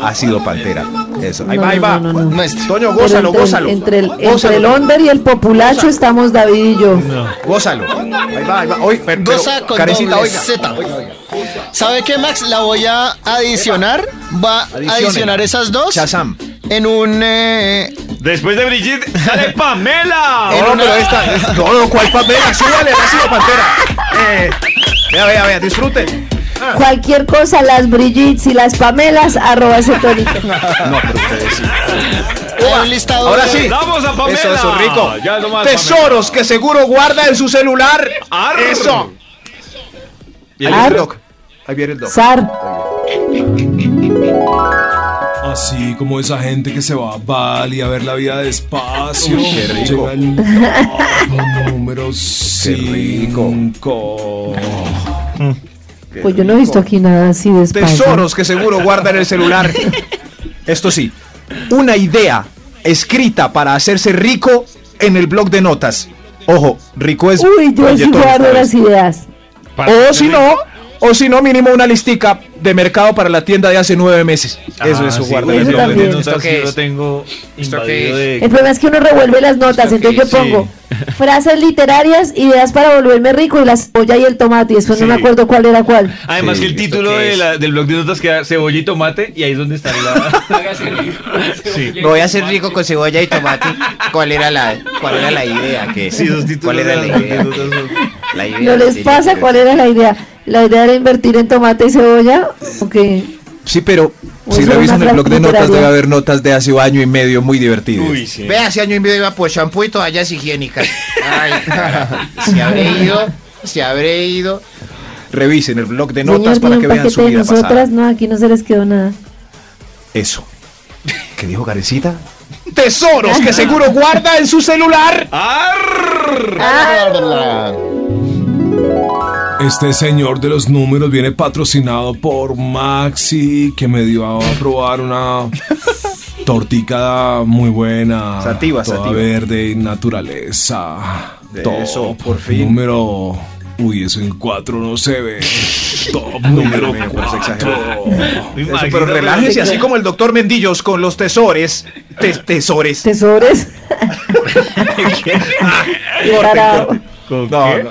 [SPEAKER 3] Ácido pantera. Eso. Ahí
[SPEAKER 5] No,
[SPEAKER 3] va, ahí
[SPEAKER 5] no,
[SPEAKER 3] va.
[SPEAKER 5] no, no, no.
[SPEAKER 4] Muestra.
[SPEAKER 3] Toño,
[SPEAKER 5] Pero
[SPEAKER 3] gózalo,
[SPEAKER 5] entre, el-
[SPEAKER 3] gózalo.
[SPEAKER 5] Entre el, entre
[SPEAKER 3] Gózalo.
[SPEAKER 5] el Onder y el Populacho estamos David y yo.
[SPEAKER 3] Gózalo. Ahí va, ahí va. Oye, pero-
[SPEAKER 4] Goza
[SPEAKER 3] pero,
[SPEAKER 4] con
[SPEAKER 3] Karencita,
[SPEAKER 4] doble
[SPEAKER 3] oiga.
[SPEAKER 4] Z. ¿Sabe qué, Max? La voy a adicionar. Va a
[SPEAKER 3] Adicione.
[SPEAKER 4] adicionar esas dos
[SPEAKER 3] Shazam.
[SPEAKER 4] en un... eh,
[SPEAKER 6] Después de Brigitte, sale Pamela.
[SPEAKER 4] en
[SPEAKER 3] No,
[SPEAKER 4] una-
[SPEAKER 3] pero esta. No, no, ¿cuál pantera? Súbale, ha sido pantera. Eh, vea, vea, vea, disfruten.
[SPEAKER 5] Cualquier cosa, las Brigitte y las Pamelas, arroba ese torito.
[SPEAKER 3] No, pero ustedes sí.
[SPEAKER 4] en un listado
[SPEAKER 3] Ahora
[SPEAKER 4] de-
[SPEAKER 3] sí.
[SPEAKER 6] Vamos a Pamela.
[SPEAKER 3] Eso, eso, rico.
[SPEAKER 6] Ya nomás,
[SPEAKER 3] Tesoros que seguro guarda en su celular.
[SPEAKER 6] Ar.
[SPEAKER 3] Eso. Ahí viene
[SPEAKER 5] Ar.
[SPEAKER 3] el doc. Ahí viene el doc.
[SPEAKER 5] Sar,
[SPEAKER 2] Así como esa gente que se va a Bali a ver la vida despacio.
[SPEAKER 3] Uy, qué rico.
[SPEAKER 2] Llegan al número 5.
[SPEAKER 5] pues yo no he visto aquí nada así de espacio.
[SPEAKER 3] Tesoros que seguro guarda en el celular. Esto sí. Una idea escrita para hacerse rico en el blog de notas. Ojo, rico es.
[SPEAKER 5] Uy, yo sí
[SPEAKER 3] Oye, Toño,
[SPEAKER 5] guardo
[SPEAKER 3] ¿sabes?
[SPEAKER 5] las ideas.
[SPEAKER 3] O si no, o si no, mínimo una listica de mercado para la tienda de hace nueve meses. Eso,
[SPEAKER 6] Ah,
[SPEAKER 3] eso,
[SPEAKER 6] sí,
[SPEAKER 3] guarda.
[SPEAKER 5] eso
[SPEAKER 6] bueno,
[SPEAKER 5] también.
[SPEAKER 6] bueno,
[SPEAKER 7] ¿Esto qué
[SPEAKER 6] sí, Lo
[SPEAKER 7] es?
[SPEAKER 6] tengo
[SPEAKER 7] ¿Esto qué
[SPEAKER 6] invadido de-
[SPEAKER 5] El problema es que uno revuelve las
[SPEAKER 3] Pues
[SPEAKER 5] notas,
[SPEAKER 7] Creo que
[SPEAKER 5] entonces yo
[SPEAKER 6] sí.
[SPEAKER 5] pongo frases literarias, ideas para volverme rico y la cebolla y el tomate, y después no
[SPEAKER 6] Sí.
[SPEAKER 5] me acuerdo cuál era cuál.
[SPEAKER 6] Además
[SPEAKER 7] Sí,
[SPEAKER 6] que el
[SPEAKER 7] ¿esto
[SPEAKER 6] título
[SPEAKER 7] qué
[SPEAKER 6] de
[SPEAKER 7] es?
[SPEAKER 6] la- del blog de notas queda cebolla y tomate y ahí es donde está la... sí.
[SPEAKER 7] Me voy a hacer rico con cebolla y tomate. ¿Cuál era la, cuál era la idea? Que,
[SPEAKER 6] Sí, los títulos
[SPEAKER 7] ¿Cuál era
[SPEAKER 6] de
[SPEAKER 7] la
[SPEAKER 6] las
[SPEAKER 7] idea?
[SPEAKER 6] notas son-
[SPEAKER 7] La idea
[SPEAKER 5] ¿No les
[SPEAKER 7] sí,
[SPEAKER 5] pasa
[SPEAKER 7] sí,
[SPEAKER 5] cuál
[SPEAKER 7] sí.
[SPEAKER 5] era la idea? ¿La idea era invertir en tomate y cebolla? ¿O qué?
[SPEAKER 3] Sí, pero
[SPEAKER 5] O
[SPEAKER 3] si
[SPEAKER 5] sea,
[SPEAKER 3] revisan
[SPEAKER 5] una
[SPEAKER 3] el blog de
[SPEAKER 5] frase
[SPEAKER 3] notas,
[SPEAKER 5] literaria.
[SPEAKER 3] debe haber notas de hace un año y medio muy divertidas.
[SPEAKER 6] Uy, sí.
[SPEAKER 7] Ve, hace año y medio iba por shampoo y toallas higiénicas. Ay, carajo. Se habré ido, se habré ido.
[SPEAKER 3] Revisen el blog de
[SPEAKER 5] Señor,
[SPEAKER 3] notas para
[SPEAKER 5] tiene
[SPEAKER 3] que
[SPEAKER 5] un
[SPEAKER 3] vean su
[SPEAKER 5] paquete de
[SPEAKER 3] vida
[SPEAKER 5] nosotras,
[SPEAKER 3] pasada.
[SPEAKER 5] no, aquí no se les quedó nada.
[SPEAKER 3] Eso. ¿Qué dijo Garecita? Tesoros que seguro guarda en su celular.
[SPEAKER 2] Este señor de los números viene patrocinado por Maxi, que me dio a probar una tortica muy buena.
[SPEAKER 3] Sativa,
[SPEAKER 2] toda
[SPEAKER 3] sativa.
[SPEAKER 2] verde, naturaleza.
[SPEAKER 3] De
[SPEAKER 2] Top.
[SPEAKER 3] eso, por fin.
[SPEAKER 2] Número. Uy, eso en cuatro no se ve. Top número
[SPEAKER 3] me parece
[SPEAKER 2] 4.
[SPEAKER 3] exagerado.
[SPEAKER 6] Uy,
[SPEAKER 3] Eso,
[SPEAKER 6] Maxito,
[SPEAKER 3] pero relájese, así como el doctor Mendillos con los tesores. te- tesores. Ah.
[SPEAKER 5] Tesores. Qué tarado.
[SPEAKER 6] ¿Con
[SPEAKER 3] No,
[SPEAKER 6] qué?
[SPEAKER 3] no,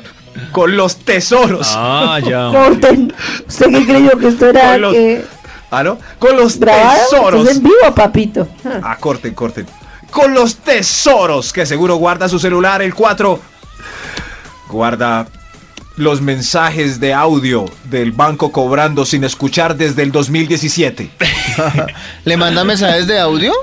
[SPEAKER 3] Con los tesoros.
[SPEAKER 6] Ah, ya.
[SPEAKER 5] Corten. ¿Usted qué creyó que esto era
[SPEAKER 3] Con los
[SPEAKER 5] que
[SPEAKER 3] Ah, ¿no? Con los
[SPEAKER 5] grabado?
[SPEAKER 3] tesoros.
[SPEAKER 5] Esto es en vivo, papito. Ah.
[SPEAKER 3] Ah, corten, corten. Con los tesoros que seguro guarda su celular, el 4. Guarda los mensajes de audio del banco cobrando sin escuchar desde el 2017.
[SPEAKER 4] ¿Le manda mensajes de audio?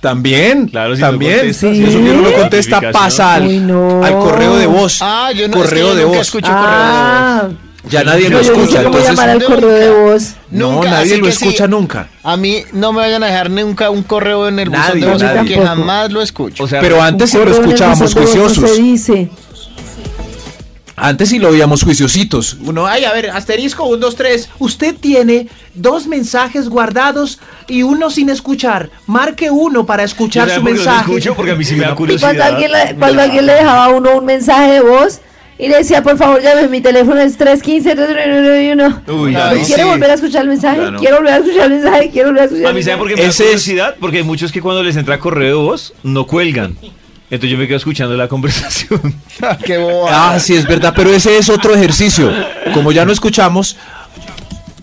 [SPEAKER 3] También,
[SPEAKER 6] Claro, si no
[SPEAKER 3] también.
[SPEAKER 6] contesta,
[SPEAKER 5] si
[SPEAKER 3] Eso que no
[SPEAKER 5] no
[SPEAKER 3] lo
[SPEAKER 5] hay
[SPEAKER 3] contesta
[SPEAKER 6] notificación.
[SPEAKER 3] pasa al,
[SPEAKER 5] Uy, no.
[SPEAKER 3] al correo de voz.
[SPEAKER 4] Ah, yo no- es que
[SPEAKER 3] correo
[SPEAKER 4] yo
[SPEAKER 3] de
[SPEAKER 4] nunca
[SPEAKER 3] voz.
[SPEAKER 4] escucho
[SPEAKER 5] Ah,
[SPEAKER 3] Ya nadie lo
[SPEAKER 5] yo dije,
[SPEAKER 3] escucha,
[SPEAKER 5] ¿cómo
[SPEAKER 3] entonces
[SPEAKER 5] llamar al
[SPEAKER 4] Nunca.
[SPEAKER 5] correo de voz?
[SPEAKER 3] no,
[SPEAKER 4] Nunca,
[SPEAKER 3] nadie
[SPEAKER 4] así
[SPEAKER 3] lo
[SPEAKER 4] que sí.
[SPEAKER 3] escucha nunca.
[SPEAKER 4] A mí no me vayan a dejar nunca un correo en el buzón
[SPEAKER 3] Nadie,
[SPEAKER 4] de voz
[SPEAKER 3] nadie.
[SPEAKER 4] porque
[SPEAKER 5] Tampoco.
[SPEAKER 4] jamás lo escucho.
[SPEAKER 6] O sea,
[SPEAKER 3] Pero antes sí
[SPEAKER 5] Un
[SPEAKER 3] lo
[SPEAKER 5] correo en el
[SPEAKER 3] escuchábamos
[SPEAKER 5] buzón de voz No se
[SPEAKER 3] juiciosos.
[SPEAKER 5] dice.
[SPEAKER 3] Antes sí lo oíamos juiciositos.
[SPEAKER 7] Uno, ay, a ver, asterisco, un, dos, tres. Usted tiene dos mensajes guardados y uno sin escuchar. Marque uno para
[SPEAKER 6] yo
[SPEAKER 7] escuchar
[SPEAKER 6] tampoco
[SPEAKER 7] su
[SPEAKER 6] los
[SPEAKER 7] mensaje.
[SPEAKER 6] escucho porque a mí sí me da
[SPEAKER 5] Y cuando
[SPEAKER 6] curiosidad.
[SPEAKER 5] alguien, le, cuando alguien le dejaba a uno un mensaje de voz y le decía, por favor, llame, mi teléfono es 315-391.
[SPEAKER 6] Uy,
[SPEAKER 3] Claro,
[SPEAKER 5] ¿Quiere
[SPEAKER 3] sí.
[SPEAKER 5] volver a escuchar el mensaje?
[SPEAKER 3] Claro.
[SPEAKER 5] Quiero volver a escuchar el mensaje, quiero volver a escuchar
[SPEAKER 6] A
[SPEAKER 5] el
[SPEAKER 6] mí,
[SPEAKER 5] mensaje.
[SPEAKER 6] ¿sabe por qué me da
[SPEAKER 3] Ese es-
[SPEAKER 6] curiosidad? Porque hay muchos que cuando les entra correo de voz, no cuelgan. Entonces yo me quedo escuchando la conversación.
[SPEAKER 4] Qué boba.
[SPEAKER 3] Ah, sí, es verdad, pero ese es otro ejercicio. Como ya no escuchamos,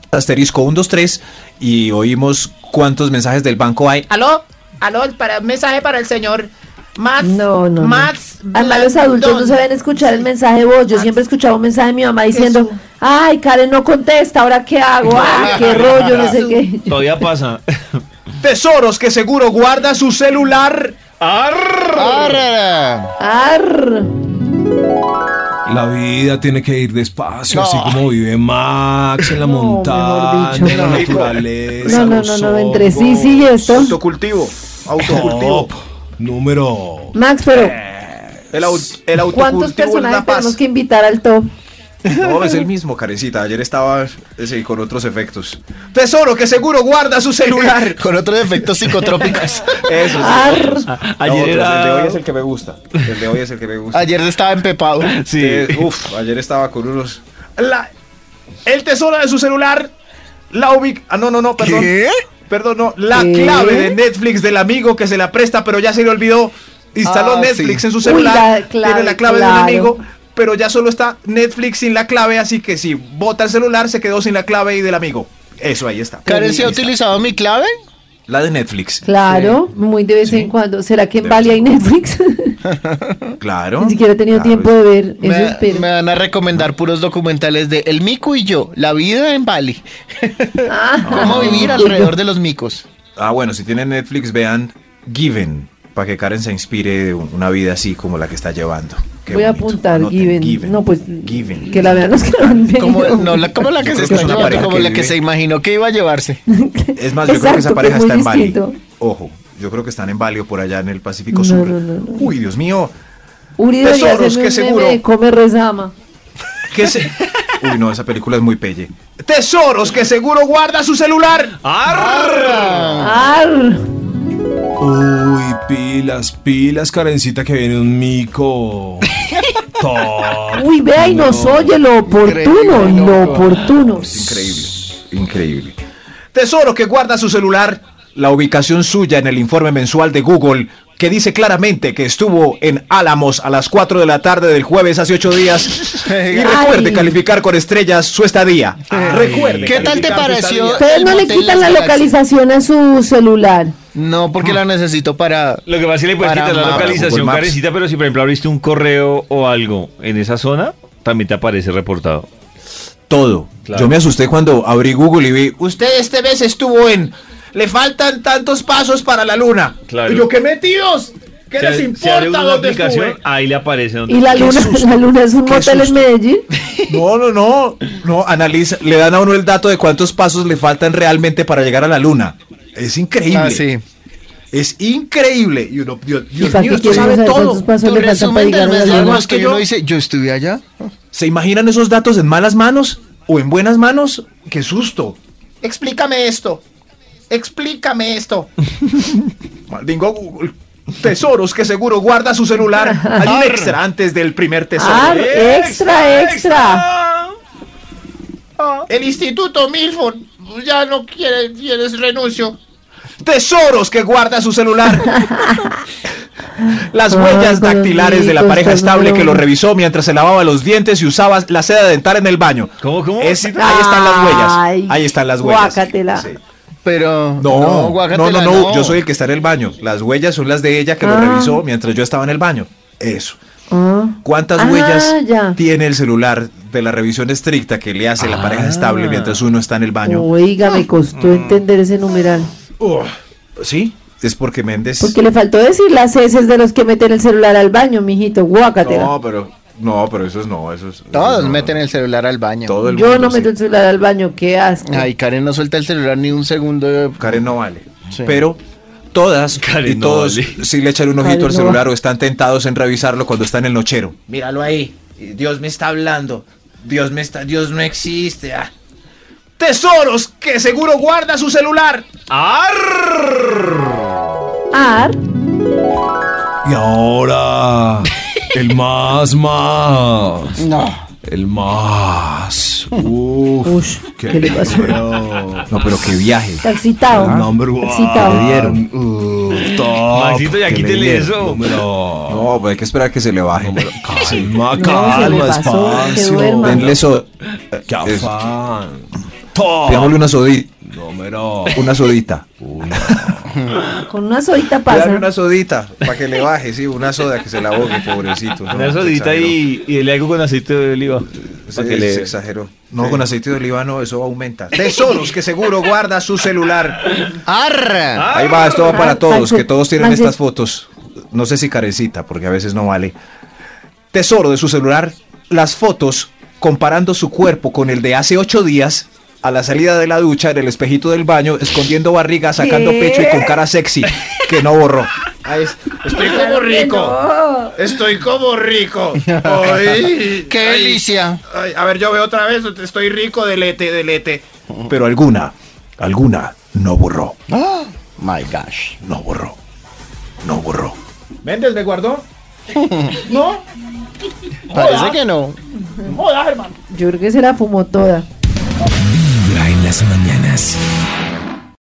[SPEAKER 3] asterisco 1, 2, 3 y oímos cuántos mensajes del banco hay.
[SPEAKER 8] Aló, aló, para, mensaje para el señor Max.
[SPEAKER 5] No, no. no.
[SPEAKER 8] Max.
[SPEAKER 5] Además, los adultos no
[SPEAKER 8] Blandón.
[SPEAKER 5] saben escuchar el mensaje de voz. Yo siempre escuchaba un mensaje de mi mamá diciendo, ay, Karen no contesta, ¿ahora qué hago? Ah, qué rollo, no sé qué.
[SPEAKER 6] Todavía pasa.
[SPEAKER 7] Tesoros que seguro guarda su celular.
[SPEAKER 4] Arr.
[SPEAKER 5] Arr.
[SPEAKER 2] La vida tiene que ir despacio, así como vive Max en la montaña,
[SPEAKER 5] dicho.
[SPEAKER 2] en la
[SPEAKER 5] No,
[SPEAKER 2] naturaleza.
[SPEAKER 5] No, no, no,
[SPEAKER 2] los
[SPEAKER 5] no, entre sí,
[SPEAKER 2] hongos.
[SPEAKER 5] sí y esto.
[SPEAKER 10] Autocultivo. Autocultivo.
[SPEAKER 2] Top número.
[SPEAKER 5] Max, pero
[SPEAKER 10] El, au- el
[SPEAKER 5] ¿cuántos
[SPEAKER 10] autocultivo es la
[SPEAKER 5] personajes
[SPEAKER 10] paz.
[SPEAKER 5] tenemos que invitar al top?
[SPEAKER 3] No, es el mismo, carecita. Ayer estaba ese, con otros efectos.
[SPEAKER 7] Tesoro que seguro guarda su celular.
[SPEAKER 4] Con otros efectos psicotrópicos.
[SPEAKER 3] Eso, sí.
[SPEAKER 5] Arr.
[SPEAKER 3] No,
[SPEAKER 6] Ayer
[SPEAKER 3] otros, El de hoy es
[SPEAKER 6] era...
[SPEAKER 3] el que me gusta. El de hoy es el que me gusta.
[SPEAKER 4] Ayer estaba empepado.
[SPEAKER 6] Sí.
[SPEAKER 3] Eh, uf, ayer estaba con unos.
[SPEAKER 7] La- el tesoro de su celular. La ubic. Ah, no, no, no, perdón. Perdón, no. La
[SPEAKER 5] ¿Qué?
[SPEAKER 7] clave de Netflix del amigo que se la presta, pero ya se le olvidó. Instaló
[SPEAKER 4] Ah,
[SPEAKER 7] Netflix
[SPEAKER 4] sí.
[SPEAKER 7] en su
[SPEAKER 5] Uy,
[SPEAKER 7] celular.
[SPEAKER 5] la clave,
[SPEAKER 7] tiene la clave
[SPEAKER 5] claro.
[SPEAKER 7] de un amigo, pero ya solo está Netflix sin la clave. Así que si bota el celular, se quedó sin la clave y del amigo. Eso ahí está.
[SPEAKER 4] Karen, ¿se ha utilizado mi clave?
[SPEAKER 3] La de Netflix.
[SPEAKER 5] Claro, muy de vez en cuando. ¿Será que en
[SPEAKER 3] De
[SPEAKER 5] Bali hay Netflix?
[SPEAKER 3] Claro.
[SPEAKER 5] Ni siquiera he tenido
[SPEAKER 3] Claro,
[SPEAKER 5] tiempo de ver, eso
[SPEAKER 4] Me,
[SPEAKER 5] espero.
[SPEAKER 4] me van a recomendar puros documentales de El Mico y yo, la vida en Bali. Ah. Cómo vivir alrededor de los micos.
[SPEAKER 3] Ah, bueno, si tienen Netflix, vean Given, para que Karen se inspire de un- una vida así como la que está llevando. Qué
[SPEAKER 5] Voy a
[SPEAKER 3] bonito.
[SPEAKER 5] apuntar,
[SPEAKER 3] Anoten,
[SPEAKER 5] Given. No, pues
[SPEAKER 3] Given.
[SPEAKER 5] que la vean los que no han
[SPEAKER 4] Como,
[SPEAKER 5] venido.
[SPEAKER 4] no, la, como la
[SPEAKER 3] Yo
[SPEAKER 4] que se
[SPEAKER 3] creo que
[SPEAKER 4] está
[SPEAKER 3] es una
[SPEAKER 4] llevando,
[SPEAKER 3] pareja
[SPEAKER 4] como
[SPEAKER 3] que
[SPEAKER 4] la que
[SPEAKER 3] vive.
[SPEAKER 4] se imaginó que iba a llevarse.
[SPEAKER 3] Es más, yo creo que esa
[SPEAKER 5] Exacto,
[SPEAKER 3] pareja
[SPEAKER 5] que es
[SPEAKER 3] está en
[SPEAKER 5] muy
[SPEAKER 3] Bali.
[SPEAKER 5] distinto.
[SPEAKER 3] Ojo, yo creo que están en Bali o por allá en el Pacífico
[SPEAKER 5] No,
[SPEAKER 3] Sur.
[SPEAKER 5] no, no, no.
[SPEAKER 3] Uy, Dios mío.
[SPEAKER 5] Uri debería
[SPEAKER 7] Tesoros
[SPEAKER 5] hacerme
[SPEAKER 7] que
[SPEAKER 5] un
[SPEAKER 7] seguro-
[SPEAKER 5] meme de come rezama.
[SPEAKER 3] ¿Qué se... Uy, no, esa película es muy pelle.
[SPEAKER 7] Tesoros que seguro guarda su celular.
[SPEAKER 4] Ah.
[SPEAKER 5] Arr.
[SPEAKER 2] Uy, pilas, pilas, Karencita, que viene un mico. Top.
[SPEAKER 5] Uy, vea y nos oye lo oportuno,
[SPEAKER 4] Increíble,
[SPEAKER 5] lo
[SPEAKER 4] loco.
[SPEAKER 5] oportuno.
[SPEAKER 3] Increíble. Increíble.
[SPEAKER 7] Tesoro que guarda su celular.
[SPEAKER 3] La ubicación suya en el informe mensual de Google, que dice claramente que estuvo en Álamos a las 4 de la tarde del jueves hace 8 días. Y recuerde
[SPEAKER 5] Ay.
[SPEAKER 3] calificar con estrellas su estadía.
[SPEAKER 7] Recuerde.
[SPEAKER 4] ¿Qué tal te
[SPEAKER 7] calificar su
[SPEAKER 4] pareció?
[SPEAKER 7] estadía.
[SPEAKER 5] Ustedes
[SPEAKER 4] el
[SPEAKER 5] no le
[SPEAKER 4] motel
[SPEAKER 5] quitan la
[SPEAKER 4] Las Galaxias?
[SPEAKER 5] localización a su celular.
[SPEAKER 4] No, porque la necesito para. ah,
[SPEAKER 6] Lo que pasa es que le puedes
[SPEAKER 4] para
[SPEAKER 6] quitar la
[SPEAKER 4] mapa.
[SPEAKER 3] Google
[SPEAKER 6] localización,
[SPEAKER 3] Maps.
[SPEAKER 6] Karencita, pero si por ejemplo abriste un correo o algo en esa zona, también te aparece reportado.
[SPEAKER 3] Todo.
[SPEAKER 6] Claro.
[SPEAKER 3] Yo me asusté cuando abrí Google y vi. "Uy,
[SPEAKER 7] Usted este mes estuvo en. Le faltan tantos pasos para la luna.
[SPEAKER 6] Claro.
[SPEAKER 7] Y yo, qué metidos. ¿Qué
[SPEAKER 6] Se
[SPEAKER 7] les
[SPEAKER 6] abre- se
[SPEAKER 7] importa
[SPEAKER 6] abre una
[SPEAKER 7] dónde
[SPEAKER 6] aplicación,
[SPEAKER 7] estuve?
[SPEAKER 6] Ahí le aparece donde
[SPEAKER 5] Y la luna, la luna es un motel en Medellín.
[SPEAKER 3] No, no, no. No, analiza. Le dan a uno el dato de cuántos pasos le faltan realmente para llegar a la luna. Es increíble.
[SPEAKER 4] Ah, sí.
[SPEAKER 3] Es increíble. Y uno, Dios,
[SPEAKER 5] ¿Y
[SPEAKER 3] Dios
[SPEAKER 5] para
[SPEAKER 3] mío,
[SPEAKER 5] qué
[SPEAKER 3] esto
[SPEAKER 5] quieren
[SPEAKER 3] sabe
[SPEAKER 5] saber
[SPEAKER 3] todo.
[SPEAKER 5] cuántos pasos
[SPEAKER 4] Tu
[SPEAKER 5] le faltan para
[SPEAKER 4] resumen
[SPEAKER 5] llegar
[SPEAKER 4] del
[SPEAKER 5] a la
[SPEAKER 4] mes
[SPEAKER 5] luna?
[SPEAKER 4] es que
[SPEAKER 3] yo-
[SPEAKER 4] uno dice, yo estuve allá.
[SPEAKER 3] ¿Se imaginan esos datos en malas manos o en buenas manos? ¡Qué susto!
[SPEAKER 8] Explícame esto. Explícame esto.
[SPEAKER 7] Maldingo Google. Tesoros que seguro guarda su celular. Hay un extra antes del primer tesoro.
[SPEAKER 5] Ar, Ah, extra, extra.
[SPEAKER 8] El Instituto Milford ya no quiere, quieres renuncio.
[SPEAKER 7] Tesoros que guarda su celular.
[SPEAKER 3] Las
[SPEAKER 5] Ay,
[SPEAKER 3] huellas dactilares de la pareja
[SPEAKER 5] Diosito,
[SPEAKER 3] estable que
[SPEAKER 5] no.
[SPEAKER 3] lo revisó mientras se lavaba los dientes y usaba la seda dental en el baño.
[SPEAKER 6] ¿Cómo, cómo?
[SPEAKER 3] Es- ahí están las
[SPEAKER 5] Ay,
[SPEAKER 3] huellas. Ahí están las huellas.
[SPEAKER 5] guácatela.
[SPEAKER 3] Sí.
[SPEAKER 4] Pero.
[SPEAKER 3] No, no, no,
[SPEAKER 4] guácatela,
[SPEAKER 3] no, yo soy el que está en el baño. Las huellas son las de ella que lo
[SPEAKER 5] Ah.
[SPEAKER 3] revisó mientras yo estaba en el baño. Eso.
[SPEAKER 5] Ah.
[SPEAKER 3] ¿Cuántas
[SPEAKER 5] Ah,
[SPEAKER 3] huellas
[SPEAKER 5] ya. Ah.
[SPEAKER 3] tiene el celular de la revisión estricta que le hace la pareja estable mientras uno está en el baño?
[SPEAKER 5] Oiga, me
[SPEAKER 3] Mm.
[SPEAKER 5] costó entender ese numeral.
[SPEAKER 3] Sí, es porque Méndez.
[SPEAKER 5] Porque le faltó decir las heces de los que meten el celular al baño, mijito. Guácatela.
[SPEAKER 3] No, pero no, pero eso es no, eso es.
[SPEAKER 4] Todos
[SPEAKER 3] eso no.
[SPEAKER 4] meten el celular al baño.
[SPEAKER 3] Todo el
[SPEAKER 5] Yo
[SPEAKER 3] mundo,
[SPEAKER 5] no meto
[SPEAKER 3] sí.
[SPEAKER 5] el celular al baño, qué asco.
[SPEAKER 4] Ay, Karen no suelta el celular ni un segundo.
[SPEAKER 3] Karen no vale.
[SPEAKER 4] Sí.
[SPEAKER 3] Pero todas
[SPEAKER 6] Karen
[SPEAKER 3] y
[SPEAKER 6] no
[SPEAKER 3] todos
[SPEAKER 6] vale.
[SPEAKER 3] sí le echan un ojito
[SPEAKER 5] Karen
[SPEAKER 3] al
[SPEAKER 5] no
[SPEAKER 3] celular o están tentados en revisarlo cuando está en el nochero.
[SPEAKER 8] Míralo ahí. Dios me está hablando. Dios me está. Dios no existe. ah.
[SPEAKER 7] Tesoros que seguro guarda su celular.
[SPEAKER 5] Ar,
[SPEAKER 2] Y ahora, el más, más.
[SPEAKER 4] No.
[SPEAKER 2] El más. Uf,
[SPEAKER 5] Ush,
[SPEAKER 2] qué,
[SPEAKER 5] ¿qué le pasó?
[SPEAKER 2] feo.
[SPEAKER 3] No, pero qué viaje. Ah,
[SPEAKER 5] está excitado.
[SPEAKER 2] El number one.
[SPEAKER 5] Excitado.
[SPEAKER 2] Le dieron. Uf, top.
[SPEAKER 6] Maxito, ya
[SPEAKER 3] que le
[SPEAKER 6] quítele
[SPEAKER 3] dieron.
[SPEAKER 6] eso.
[SPEAKER 2] Número.
[SPEAKER 3] No, pues hay que esperar que se le baje.
[SPEAKER 2] Calma,
[SPEAKER 5] No, se le
[SPEAKER 2] calma,
[SPEAKER 5] pasó, que
[SPEAKER 2] espacio.
[SPEAKER 5] duerma.
[SPEAKER 3] Denle eso.
[SPEAKER 2] Qué
[SPEAKER 3] Eso.
[SPEAKER 2] afán. Top.
[SPEAKER 3] Pidámosle una, sodi-
[SPEAKER 2] Número.
[SPEAKER 3] una sodita.
[SPEAKER 5] Con una sodita
[SPEAKER 3] Dale
[SPEAKER 5] pasa.
[SPEAKER 3] una sodita para que le baje, sí, una soda que se la abogue, pobrecito. ¿no?
[SPEAKER 6] Una sodita y, y dele algo con aceite de oliva. Para que
[SPEAKER 3] se,
[SPEAKER 6] le-
[SPEAKER 3] se exageró. No, con aceite de oliva no, eso aumenta. Tesoros que seguro guarda su celular.
[SPEAKER 4] ¡Arra!
[SPEAKER 3] Ahí va, esto va para todos,
[SPEAKER 4] Manche-
[SPEAKER 3] que todos tienen
[SPEAKER 4] manche-
[SPEAKER 3] estas fotos. No sé si carecita, porque a veces no vale. Tesoro de su celular, las fotos comparando su cuerpo con el de hace ocho días. A la salida de la ducha, en el espejito del baño, escondiendo barriga, sacando
[SPEAKER 8] ¿Qué?
[SPEAKER 3] pecho y con cara sexy, que no borró.
[SPEAKER 8] Ahí es- Estoy como rico. Estoy como rico.
[SPEAKER 3] Ay,
[SPEAKER 8] ¡Qué delicia! a ver, yo veo otra vez. Estoy rico delete, delete.
[SPEAKER 3] Pero alguna, alguna no borró.
[SPEAKER 4] Ah, My gosh.
[SPEAKER 3] No borró. No borró.
[SPEAKER 10] ¿Méndez me guardó? ¿No?
[SPEAKER 4] Parece que no.
[SPEAKER 10] Jodas, hermano.
[SPEAKER 5] Yo creo que se la fumó toda.
[SPEAKER 11] Vibra en las mañanas.